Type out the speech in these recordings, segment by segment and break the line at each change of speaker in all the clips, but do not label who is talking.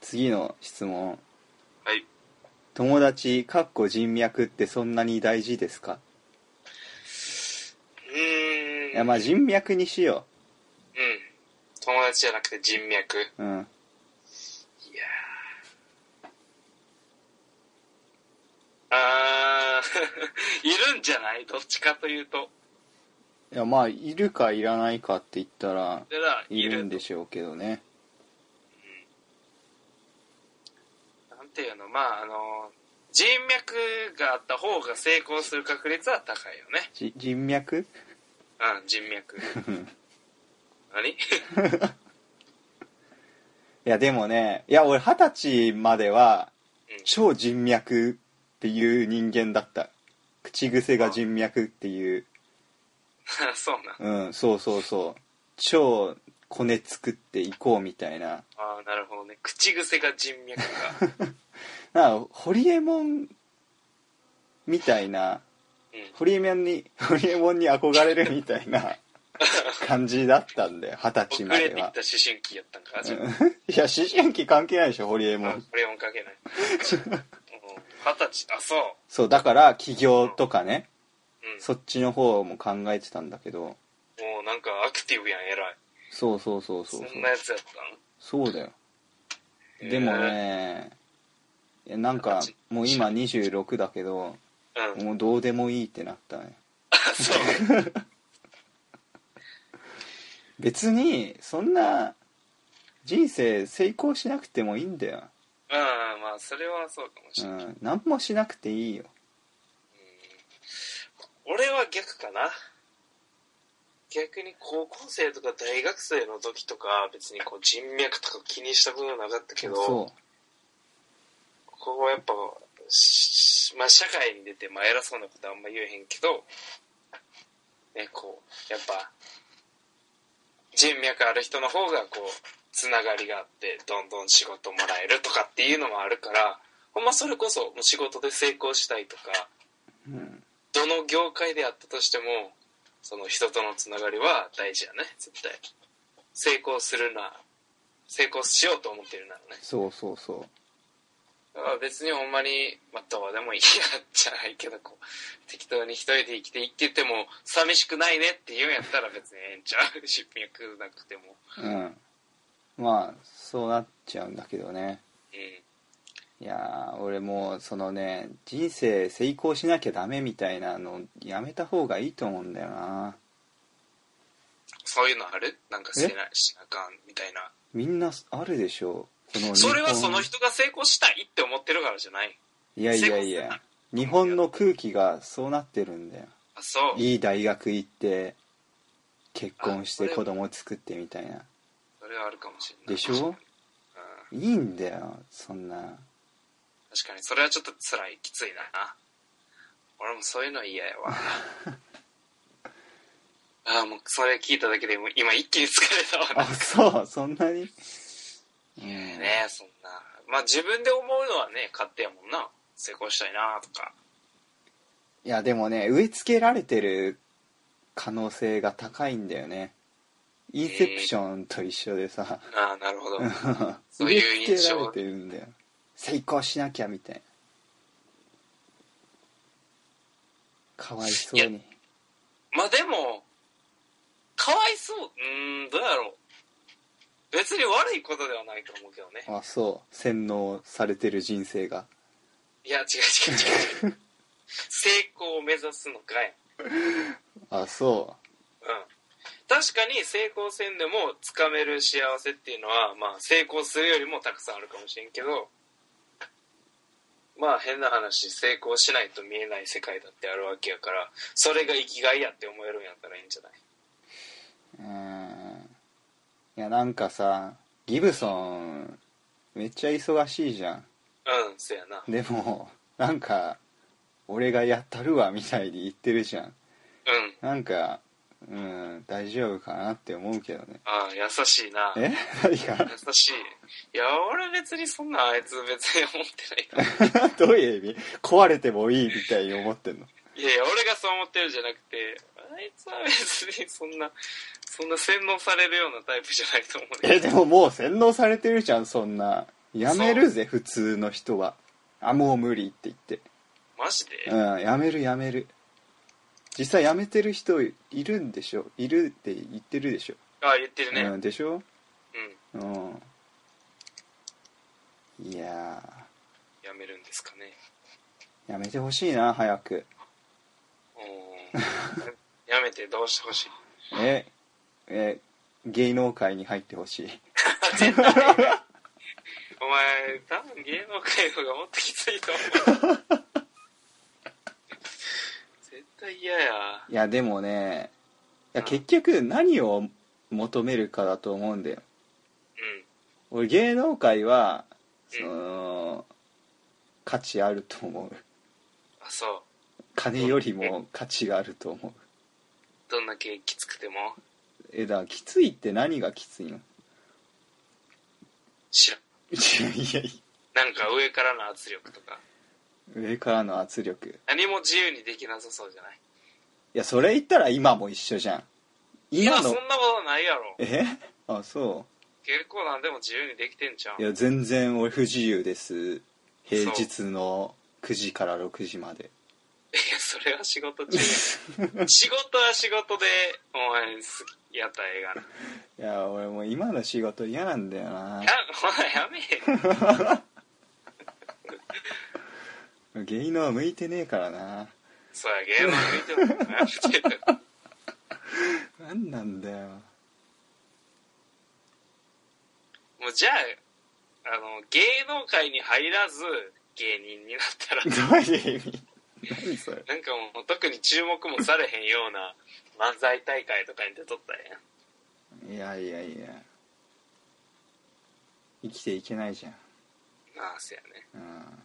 次の質問
はい。
友達かっこ人脈ってそんなに大事ですか、
うーん。
いやまあ人脈にしよ
うん。友達じゃなくて人脈。いや
ううん
ー。あー、 いるんじゃないどっちかというと。
いやまあいるかいらないかって言ったら
だから、
いるんで
し
しょうけどね
なんていうの、まあ、あの、人脈があった方が成功する確率は高いよね。
じ人脈
うん、人 脈。何
いやでもねいや俺二十歳までは
うん
超人脈っていう人間だった口癖が人脈っていう
そうなん。
うんそうそうそう超コネ作っていこうみたいな
ああ、なるほどね。口癖が人 脈が。
なんかホリエモンみたいな
うん。
ホリエモンにホリエモンに憧れるみたい な感じだったんで二十歳
遅
ま
れ
で
てきた
は
思。春期やったんか。じゃあ
うんいや思春期関係ないでしょホリエモ
あ
ン
これもかけない。うん二十歳、あ、そう。
そうだから起業とかね
うん。
そっちの方も考えてたんだけど
もうなんかアクティブやん、偉い。
そうそうそうそ
そう
そうん
なやつやった
そうだよ
ん
でも。ねいやなんかもう今26だけど
え ーうん。
もうどうでもいいってなったね
そう。
別にそんな人生成功しなくてもいいんだよ、
うん、まあ、それはそうかもし
う
れない。
ん、何もしなくていいよ
俺は逆かな。逆に高校生とか大学生の時とか、別にこう人脈とか気にしたことなかったけど、
そ
ここはやっぱ、しまあ、社会に出て、まあ、偉そうなことはあんま言えへんけど、ね、こう、やっぱ、人脈ある人の方が、こう、つながりがあって、どんどん仕事もらえるとかっていうのもあるから、ほんまそれこそ、もう仕事で成功したいとか、
う、うん、
どの業界であったとしても、その人とのつながりは大事やね、絶対。成功するな、成功しようと思ってるならね。
そうそうそ
だから別にほんまに、まあ、どうでもいいやっちゃないけど、こう、適当に一人で生きていけても、寂しくないねって言うんやったら別にええんちゃう出品食なくても。
ううんまあそうなっちゃうんだけどね
うん。
いやー俺もうそのね人生成功しなきゃダメみたいなのやめた方がいいと思うんだよな
そういうのあるなんかせな、しなあかんみたいな。
みんなあるでしょうこの日
そ
本
れはその人が成功したいって思ってるからじゃない。
いやいやい
成功す
や
る
日本の空気がそうなってるんだよ
あ、そう。
いい大学行って結婚し
あ
て
それ
子供作ってみたいな
それはあるかもしれない。
でしょ
うん。
いいんだよそんな
確かに、それはちょっと辛い、きついな。俺もそういうの嫌 やわ。ああ、もうそれ聞いただけでもう今一気に疲れたわ。
あそうそんなにうん
ねえそんなまあ自分で思うのはね勝手やもんな成功したいなとか
いやでもね植え付けられてる可能性が高いんだよねインセプションと一緒でさ、
ああなるほどそう
植え
いう
付け
印
られ
象
てるんだよ成功しなきゃみたいなかわいそうに
まあでもかわいそううーんどうやろう別に悪いことではないと思うけどね
あそう洗脳されてる人生が
いや違う違う違う違う成功を目指すのかい
あそ
うん確かに成功せんでもつかめる幸せっていうのは、まあ、成功するよりもたくさんあるかもしれんけどまあ変な話成功しないと見えない世界だってあるわけやからそれが生きがいやって思えるんやったらいいんじゃないう
うーんいやなんかさギブソンめっちゃ忙しいじゃ
うんそやなうん
んでもなんか俺がやったるわみたいに言ってるじゃんなんかうん大丈夫かなって思うけどね
ああ優しいな
え 何か
優しいいや俺別にそんなあいつ別に思ってないよ
どういう意味壊れてもいいみたいに思ってんの
いやいや俺がそう思ってるじゃなくてあいつは別にそんなそんな洗脳されるようなタイプじゃないと思うね
えでももう洗脳されてるじゃんそんなやめるぜ普通の人はあもう無理って言って
マジで、
うんやめるやめる実際やめてる人いるんでしょいるって言ってるでしょ、
あ言ってるねうん、
うん、でしょ
うん
うんいや
やめるんですかね
ーやめてほしいな早く
うん やめてどうしてほしい
ええ芸能界に入ってほしい
お前多分芸能界の方がもっときついと思う絶対嫌や
いやでもねい
う
や
ん
結局何を求めるかだと思うんだよ
うん
俺芸能界は
うん
その、価値あると思う
あそう
金よりも価値があると思う
どんだけきつくても
えだからきついって何がきついのい
知らん
や いやい
なんか上からの圧力とか
や上からの圧力
何も自由にできなさそうじゃない
いやそれ言ったら今も一緒じゃん
いや
今
そん
の
なことないやろ
えあそ
結構なんでも自由にできてんじゃん
ういや全然俺不自由です平日の9時から6時まで
いやそれは仕事中や仕事は仕事でお前好きやった映画
いや俺もう今の仕事嫌なんだよな
やほらやめえ
芸能は向いてねえからな
そうや芸能見てもやめてよ
何なんだよ
もうじゃああの芸能界に入らず芸人になったら
どういう意味何それ
なんかもう特に注目もされへんような漫才大会とかに出とったんやん
いやいやいや生きていけないじゃん
なあそうやね
うん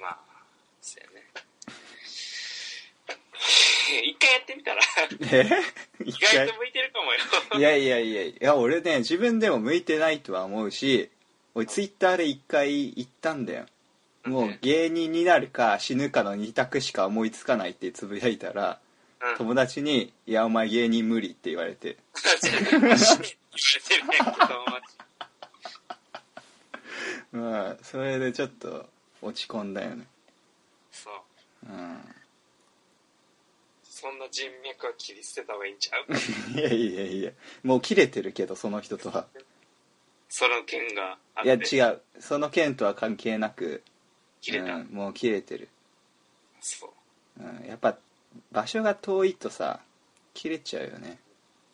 まあそうやね 一回やってみたら意
え一
外
回
と向いてるかもよ
いやいやいやいや俺ね自分でも向いてないとは思うし俺ツイッターで一回言ったんだよもう芸人になるか死ぬかの二択しか思いつかないってつぶやいたら
うん
友達に「いやお前芸人無理」って言われて まあそれでちょっと落ち込んだよね
そう
うん
そんな人脈は切り捨てた方がいいんちゃう
いやいやいやもう切れてるけどその人とは
その件があっ
いや
て
違うその件とは関係なく
切れた、
うんもう切れてる、
そう
うん、やっぱ場所が遠いとさ切れちゃうよね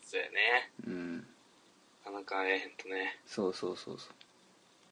そうやね
うん
なかなか会えへんとね
そうそうそうそう